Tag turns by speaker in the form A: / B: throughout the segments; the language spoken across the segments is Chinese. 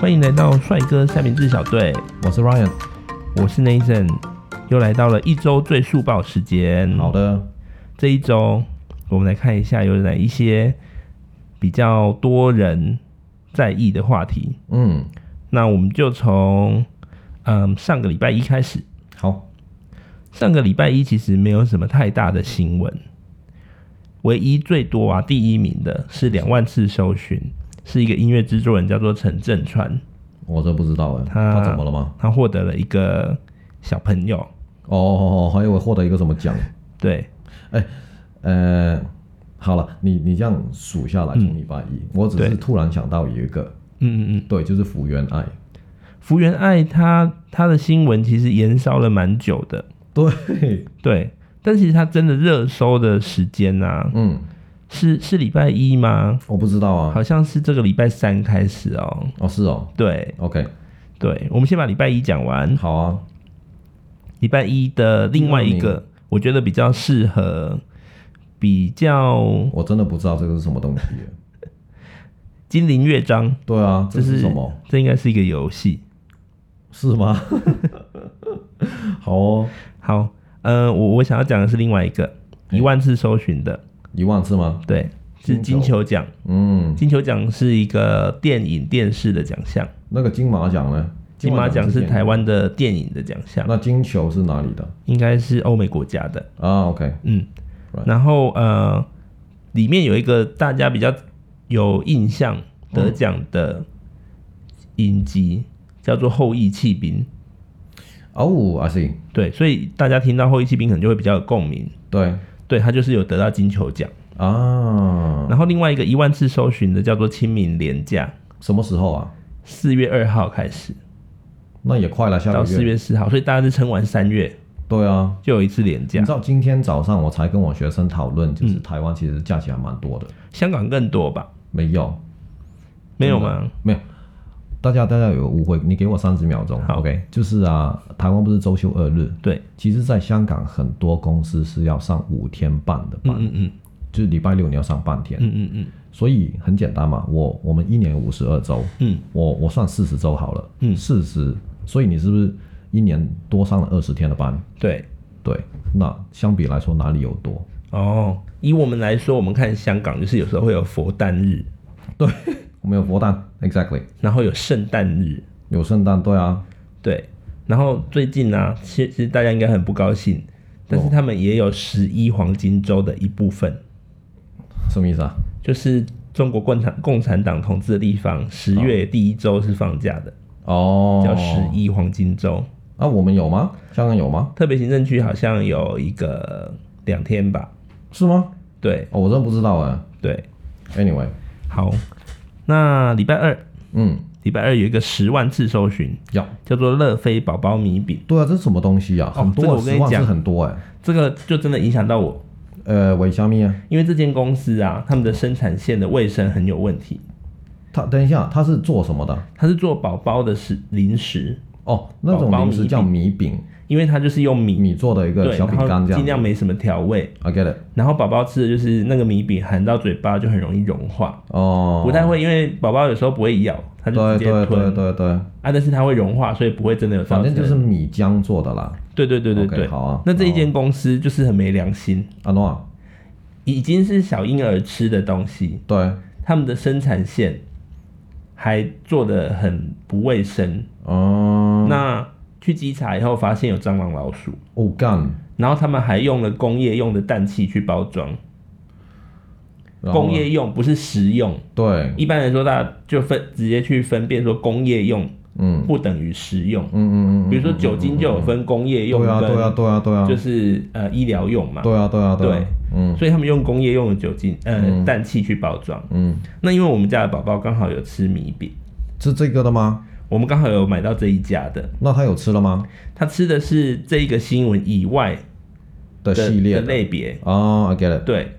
A: 欢迎来到帅哥夏明志小队，
B: 我是 Ryan。
A: 我是 Nathan，又来到了一周最速报时间。
B: 好，的，
A: 这一周我们来看一下有哪一些比较多人在意的话题。
B: 嗯，
A: 那我们就从嗯上个礼拜一开始，
B: 好，
A: 上个礼拜一其实没有什么太大的新闻，唯一最多啊第一名的是两万次搜寻，是一个音乐制作人叫做陈振川，
B: 我这不知道哎，
A: 他
B: 他怎么了吗？
A: 他获得了一个小朋友，
B: 哦哦哦，还以为获得一个什么奖。
A: 对，
B: 呃，好了，你你这样数下来，从礼拜一，我只
A: 嗯对
B: 是突然想到有一个，
A: 嗯嗯嗯。
B: 对，就是福原爱。
A: 福原爱她她的新闻其实延烧了蛮久的，
B: 对，
A: 对，但其实她真的热搜的时间呐、啊，
B: 嗯，
A: 是是礼拜一吗？
B: 我不知道啊。
A: 好像是这个礼拜三开始哦。
B: 哦，是哦
A: 对
B: ，OK，
A: 对，我们先把礼拜一讲完。
B: 好啊，
A: 礼拜一的另外一个，我觉得比较适合，比较
B: 我真的不知道这个是什么东西。
A: 精灵乐章，
B: 对啊，这
A: 这
B: 是
A: 是
B: 什么？？
A: 这应该是一个游戏。
B: 是吗？ 好哦，
A: 好，呃，我我想要讲的是另外一个一万次搜寻的，
B: 一万次吗？
A: 对，是金
B: 金球
A: 球奖。
B: 嗯，
A: 金球奖是一个电影电视的奖项，
B: 那个金马奖呢？
A: 金马奖是
B: 电影
A: 台湾的电影的奖项，
B: 那金球是哪里的
A: 应该是欧美国家的。
B: 啊？OK，
A: 嗯
B: Right
A: 然后呃，里面有一个大家比较有印象得奖的影集，叫做《后羿弃兵
B: 哦、i see，》。
A: 对，所以大家听到《后羿弃兵》可能就会比较有共鸣。
B: 对
A: 对，他就是有得到金球奖。
B: 啊，
A: 然后另外一个一万次搜寻的叫做《清明廉假
B: 什么时候啊？》，
A: 四月二号开始
B: 那也快了，下
A: 到
B: 个
A: 四
B: 月。
A: 月四号，所以大家是撑完三月
B: 对啊，
A: 就有一次廉
B: 你
A: 假嗯
B: 知。道今天早上我才跟我学生讨论，就是台湾其实假期还蛮多的，
A: 香港更多吧？
B: 没有
A: 没有吗？
B: 没有。大家大家有误会，你给我三十秒钟
A: 好
B: ，OK？就是啊，台湾不是周休二日，
A: 对，
B: 其实在香港很多公司是要上五天半的班，
A: 嗯嗯
B: 就是礼拜六你要上半天，
A: 嗯嗯嗯
B: 所以很简单嘛，我我们一年五十二周，
A: 嗯，
B: 我我算四十周好了，
A: 嗯
B: 四十，所以你是不是一年多上了二十天的班？
A: 对。
B: 对，那相比来说哪里有多？
A: 哦，以我们来说，我们看香港就是有时候会有佛诞日，
B: 我们有佛诞，exactly，
A: 然后有圣诞日，
B: 有圣诞，对啊，
A: 对。然后最近呢、其实其实大家应该很不高兴，但是他们也有十一黄金周的一部分，
B: 什么意思啊？
A: 就是中国共产共产党统治的地方，十月第一周是放假的，
B: 哦，
A: 叫十一黄金周。
B: 啊，我们有吗？香港有吗？
A: 特别行政区好像有一个两天吧，
B: 是吗？
A: 对
B: 哦，我真的不知道啊。
A: 对。
B: Anyway，
A: 好，那礼拜二
B: 嗯，
A: 礼拜二有一个十万次搜寻，
B: 要，
A: 叫做乐飞宝宝米饼，
B: 对啊，这是什么东西啊？
A: 哦
B: 很
A: 这个
B: 多
A: 我
B: 啊，
A: 跟你
B: 十万是
A: 讲
B: 很多哎、
A: 这个就真的影响到我，
B: 呃，韦香蜜啊，
A: 因为这间公司啊，他们的生产线的卫生很有问题，
B: 他等一下，他是做什么的？
A: 它是做宝宝的食零食，
B: 哦，那种
A: 宝宝
B: 零食
A: 米
B: 叫米饼，
A: 因为它就是用米
B: 米做的一个
A: 对，
B: 小饼
A: 然
B: 干
A: 后
B: 这
A: 尽量
B: 样。
A: 没什么调味，
B: I get it。
A: 然后宝宝吃的就是那个米饼含到嘴巴就很容易融化，
B: 哦，
A: 不太会，因为宝宝有时候不会咬，它就
B: 对
A: 直接
B: 对对
A: 吞
B: 对对，
A: 啊，但是它会融化，所以不会真的有
B: 反
A: 造
B: 正
A: 成，
B: 就是米浆做的啦。
A: 对对对对对
B: OK，好啊
A: 那这一间公司就是很没良心，
B: 阿诺啊，
A: 已经是小婴儿吃的东西，
B: 对，
A: 他们的生产线还做的很不卫生。
B: 哦，
A: 那去稽查以后发现有蟑螂、老鼠，
B: 哦干，
A: 然后他们还用了工业用的氮气去包装，
B: 然后
A: 工业用不是食用。
B: 对，
A: 一般来说，大家就分直接去分辨说工业用
B: 嗯
A: 不等于食用。
B: 嗯嗯嗯，
A: 比如说酒精就有分工业用
B: 对啊对啊
A: 跟
B: 对啊对啊，
A: 就是呃医疗用嘛，
B: 对啊对啊嗯啊
A: 对，
B: 嗯
A: 所以他们用工业用的酒精呃氮气去包装。
B: 嗯，
A: 那因为我们家的宝宝刚好有吃米饼。
B: 是这个的吗？
A: 我们刚好有买到这一家的，
B: 那他有吃了吗？
A: 他吃的是这一个新闻以外
B: 的系列
A: 的类别，
B: 哦，I get it，
A: 对。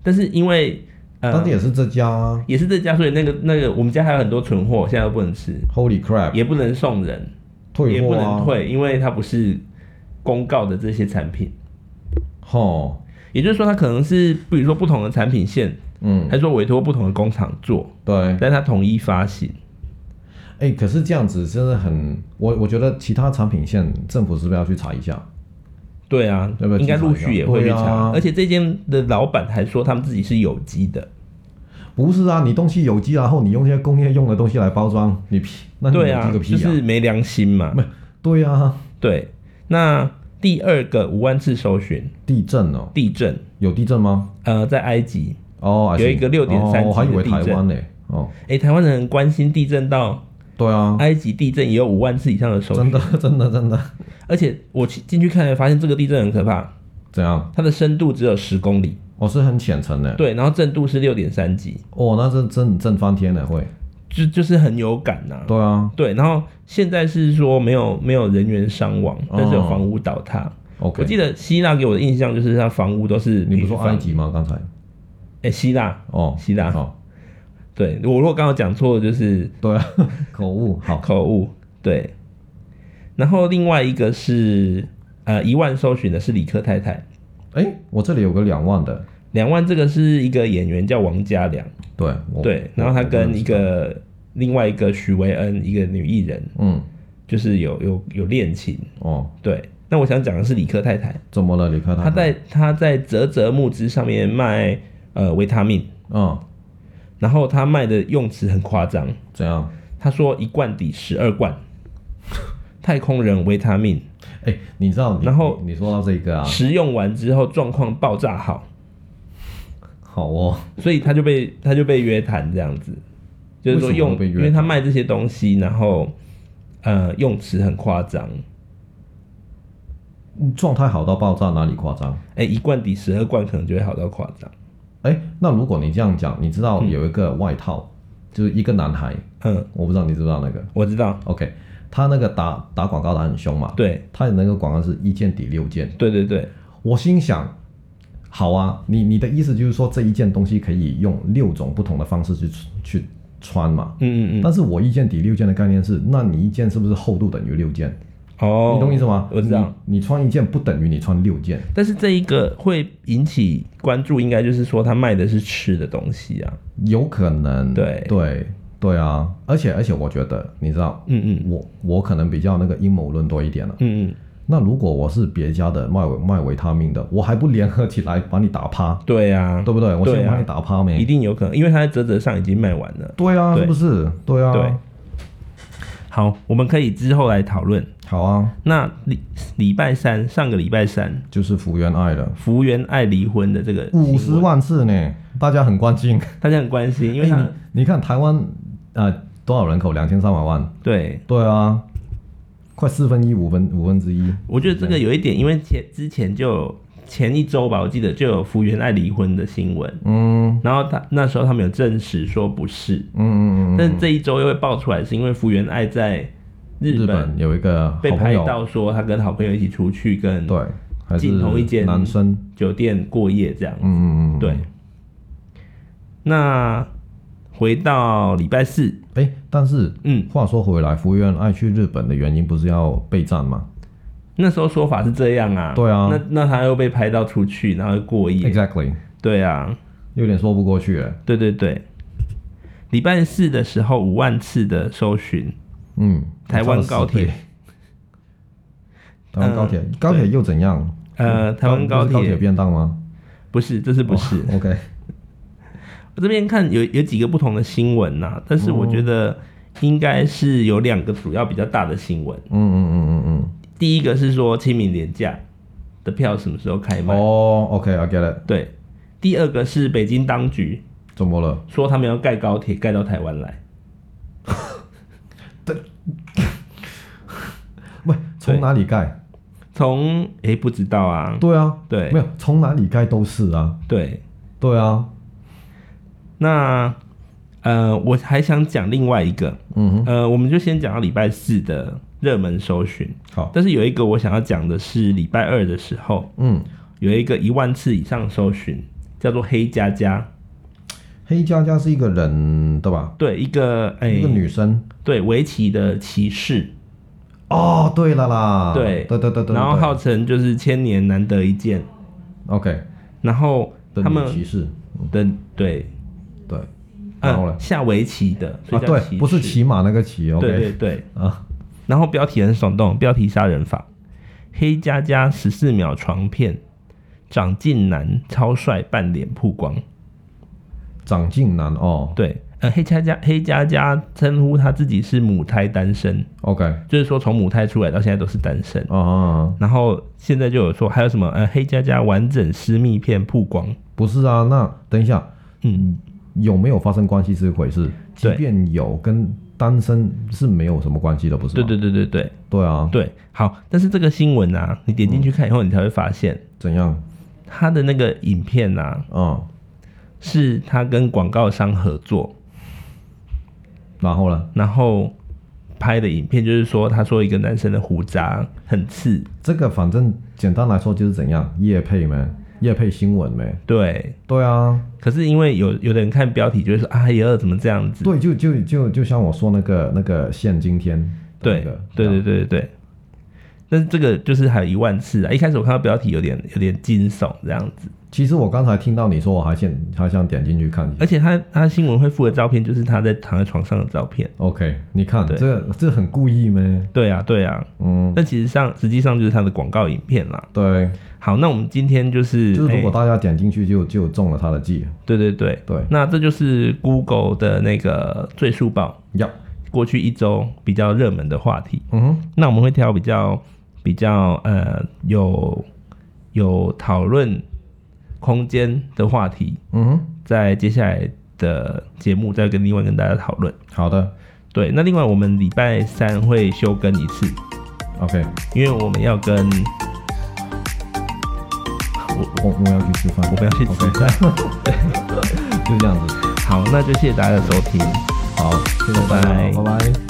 A: 但是因为
B: 但
A: 呃
B: 是也是这家啊
A: 也是这家，所以那个那个我们家还有很多存货，现在都不能吃，
B: ，Holy crap，
A: 也不能送人，也
B: 退
A: 不
B: 货
A: 能
B: 啊，
A: 退，因为它不是公告的这些产品。
B: 吼，
A: 也就是说，它可能是比如说不同的产品线，
B: 嗯，
A: 还是说委托不同的工厂做，
B: 对，
A: 但它统一发行。
B: 哎，可是这样子真的很，我我觉得其他产品线政府是不是要去查一下？
A: 对啊，
B: 要不要去
A: 应该陆续也会去
B: 查一
A: 查。
B: 下对啊
A: 而且这间的老板还说他们自己是有机的，
B: 不是啊，你东西有机，然后你用一些工业用的东西来包装，你屁，那你有
A: 对
B: 机
A: 啊，
B: 个屁
A: 就
B: 呀、
A: 是没良心嘛。
B: 没对啊，
A: 对，那第二个五万次搜寻
B: 地震哦，
A: 地震，
B: 有地震吗？
A: 呃，在埃及，
B: 哦，I see，
A: 有一个6.3
B: 哦，我还以为
A: 级的
B: 台
A: 地震
B: 湾呢、哦，
A: 哎、台湾人关心地震到
B: 对啊，
A: 埃及地震也有五万次以上的搜
B: 真
A: 寻，
B: 的 真的真的，
A: 而且我去进去看，发现这个地震很可怕，
B: 怎样？
A: 它的深度只有十公里，
B: 我、是很浅层的，
A: 对，然后震度是六点三级，
B: 哦，那真真震翻天了会，
A: 就就是很有感呐、
B: 对啊
A: 对，然后现在是说没有没有人员伤亡，但是有
B: 哦
A: 房屋倒塌。我
B: ，OK，
A: 记得希腊给我的印象就是它房屋都是
B: 你不说
A: 平房
B: 埃？及吗？刚才
A: 哎、希腊，
B: 哦，
A: 希腊
B: 哦，
A: 对我如果刚刚讲错，就是
B: 对啊， 口误，好，
A: 口误。对，然后另外一个是呃一万搜寻的是理科太太，
B: 哎、我这里有个两万的，
A: 两万这个是一个演员叫王嘉良，
B: 对，我
A: 对，然后他
B: 我哦我不认
A: 跟
B: 识
A: 一个另外一个许维恩一个女艺人，
B: 嗯，
A: 就是有有有恋情。
B: 哦，
A: 对，那我想讲的是理科太太。
B: 怎么了？你看他，
A: 他在他在泽泽募资上面卖呃维他命，
B: 嗯，
A: 然后他卖的用词很夸张，
B: 怎样？
A: 他说一罐抵十二 罐，太空人维他命
B: 哎、你知道你，
A: 然后
B: 你你说到这个啊，
A: 食用完之后状况爆炸好，
B: 好哦，
A: 所以他就被他就被约谈这样子，就是说
B: 为什么
A: 用
B: 会被约
A: 因
B: 谈
A: 为他卖这些东西，然后呃用词很夸张，
B: 嗯状态好到爆炸，哪里夸张？
A: 哎、一罐抵十二罐可能就会好到夸张，
B: 哎、那如果你这样讲，你知道有一个外套，就是一个男孩，
A: 嗯，
B: 我不知道你知不知道那个
A: 我知道，
B: ？OK，他那个打打广告打很凶嘛，，
A: 对
B: 他的那个广告是一件抵六件，
A: 对对对，
B: 我心想。好啊，你你的意思就是说这一件东西可以用六种不同的方式去去穿嘛？
A: 嗯嗯嗯，
B: 但是我一件抵六件的概念是，那你一件是不是厚度等于六件？
A: 哦，
B: 你懂我意思吗？
A: 我知道。
B: 你，你穿一件不等于你穿六件。
A: 但是这一个会引起关注，应该就是说他卖的是吃的东西啊。
B: 有可能，
A: 对
B: 对对啊，而且而且，我觉得你知道，
A: 嗯嗯
B: 我我可能比较那个阴谋论多一点了。
A: 嗯嗯，
B: 那如果我是别家的卖维卖维他命的，我还不联合起来把你打趴，
A: 对啊，
B: 对不对？我
A: 对
B: 先把
A: 啊
B: 你，打趴
A: 一
B: 没？
A: 定有可能，因为他在泽泽上已经卖完了。
B: 对啊，
A: 对
B: 是不是？对啊，
A: 对，好，我们可以之后来讨论。
B: 好啊，
A: 那礼礼拜三，上个礼拜三，
B: 就是福原爱了，
A: 福原爱离婚的这个
B: 五
A: 新
B: 十
A: 闻，
B: 万次呢，大家很关心。
A: 大家很关心，因为
B: 哎
A: 他、
B: 你你看台湾啊、呃多少人口？两千三百万。
A: 对，
B: 对啊，快四分一五分五分之一。
A: 我觉得这个有一点，因为前之前就有前一周吧，我记得就有福原爱离婚的新闻，
B: 嗯
A: 然后他那时候他们有证实说不是，
B: 嗯嗯嗯嗯。
A: 但这一周又会爆出来，是因为福原爱在日本
B: 有一个好
A: 被
B: 朋
A: 拍
B: 友，
A: 到说她跟好朋友一起出去跟
B: 对，还是
A: 进同一间
B: 男生，
A: 酒店过夜这样。
B: 嗯嗯嗯，嗯
A: 对。，那回到礼拜四，
B: 哎，但是
A: 嗯，
B: 话说回来，福原爱去日本的原因不是要备战吗
A: 那时候说法是这样啊，
B: 对啊
A: 那那她又被拍到出去，然后又过夜，
B: ？Exactly，
A: 对啊，
B: 有点说不过去了。
A: 对对对。礼拜四的时候，五万次的搜寻，
B: 嗯，
A: 台湾高铁
B: 差了十倍。 台湾高铁，高铁又怎样？
A: 呃，台湾高
B: 高不是铁
A: 铁
B: 便当吗？
A: 不是，这是不是？
B: 哦？OK，
A: 我这边看有有几个不同的新闻呐、啊但是我觉
B: 哦
A: 得应该是有两个主要比较大的新闻。
B: 嗯嗯嗯嗯
A: 第一个是说清明廉价的票什么时候开
B: 嗯。
A: 卖，
B: 哦，OK，I get it。
A: 对。第二个是北京当局
B: 怎么了？
A: 说他们要盖高铁盖到台湾来，
B: 喂，从哪里盖？
A: 从诶、不知道啊，
B: 对啊，
A: 对
B: 没有从哪里盖都是啊，
A: 对。
B: 对啊，
A: 那呃，我还想讲另外一个，
B: 嗯哼，
A: 呃，我们就先讲到礼拜四的热门搜寻，
B: 好，
A: 但是有一个我想要讲的是礼拜二的时候，
B: 嗯，
A: 有一个一万次以上搜寻，叫做黑佳佳，
B: 黑佳佳是一个人对吧？
A: 对，一个哎、
B: 一个女生。
A: 对围棋的骑士，
B: 哦，对了啦，
A: 对
B: 对对对对，
A: 然后
B: 对
A: 号称就是千年难得一见，
B: OK
A: 然后
B: 的
A: 他
B: 女
A: 们
B: 骑士，
A: 的对嗯
B: 对，然后呢？
A: 下围棋的，所
B: 啊，
A: 以叫
B: 对
A: 棋士、，
B: 不是骑马那个骑
A: 对对
B: ，OK
A: 对。
B: 啊，
A: 然后标题很耸动，标题杀人法，黑加加十四秒床片，长进男超帅半脸曝光。
B: 长进男哦
A: 对，呃，黑加加黑加加称呼他自己是母胎单身，
B: ，OK
A: 就是说从母胎出来到现在都是单身。
B: 啊啊，啊
A: 然后现在就有说还有什么呃黑加加完整私密片曝光，
B: 不是啊，那等一下，
A: 嗯，
B: 有没有发生关系是一回事，即
A: 对
B: 便有跟单身是没有什么关系的，不是吗？
A: 对对对对对
B: 对啊，
A: 对，好，但是这个新闻啊，你点进去看以后，你才会发现
B: 怎样
A: 他的那个影片啊，
B: 啊？
A: 是他跟广告商合作，
B: 然后呢？
A: 然后拍的影片，就是说他说一个男生的胡渣很刺，
B: 这个反正简单来说就是怎样，夜配没，夜配新闻没，
A: 对，
B: 对啊，
A: 可是因为有有的人看标题就会说啊，也有怎么这样子，
B: 对，就就就就像我说那个那个现今天的那
A: 对
B: 个，
A: 对对对对对。但是这个就是还有一万次啊！一开始我看到标题有点有点惊悚这样子，
B: 其实我刚才听到你说，我还想还想点进去看一下。
A: 而且他他新闻会附的照片就是他在躺在床上的照片。
B: OK，你看
A: 对
B: 这这很故意咩？
A: 对啊，对啊，
B: 嗯，
A: 但其实上实际上就是他的广告影片啦。
B: 对，
A: 好，那我们今天就是
B: 就是如果
A: 哎
B: 大家点进去就就中了他的计。
A: 对对对，
B: 对，
A: 那这就是 Google 的那个最速报
B: 呀，
A: 过去一周比较热门的话题。
B: 嗯哼，
A: 那我们会挑比较比较呃有有讨论空间的话题，
B: 嗯哼，
A: 在接下来的节目再跟另外跟大家讨论。
B: 好的
A: 对，那另外我们礼拜三会休更一次，
B: ，OK，
A: 因为我们要跟
B: 我我要去吃饭，
A: 我们要去吃
B: OK，
A: 饭。
B: 就这样子，
A: 好，那就谢谢大家的收听。
B: 好，谢谢大
A: 拜
B: 家，
A: 拜
B: 拜拜。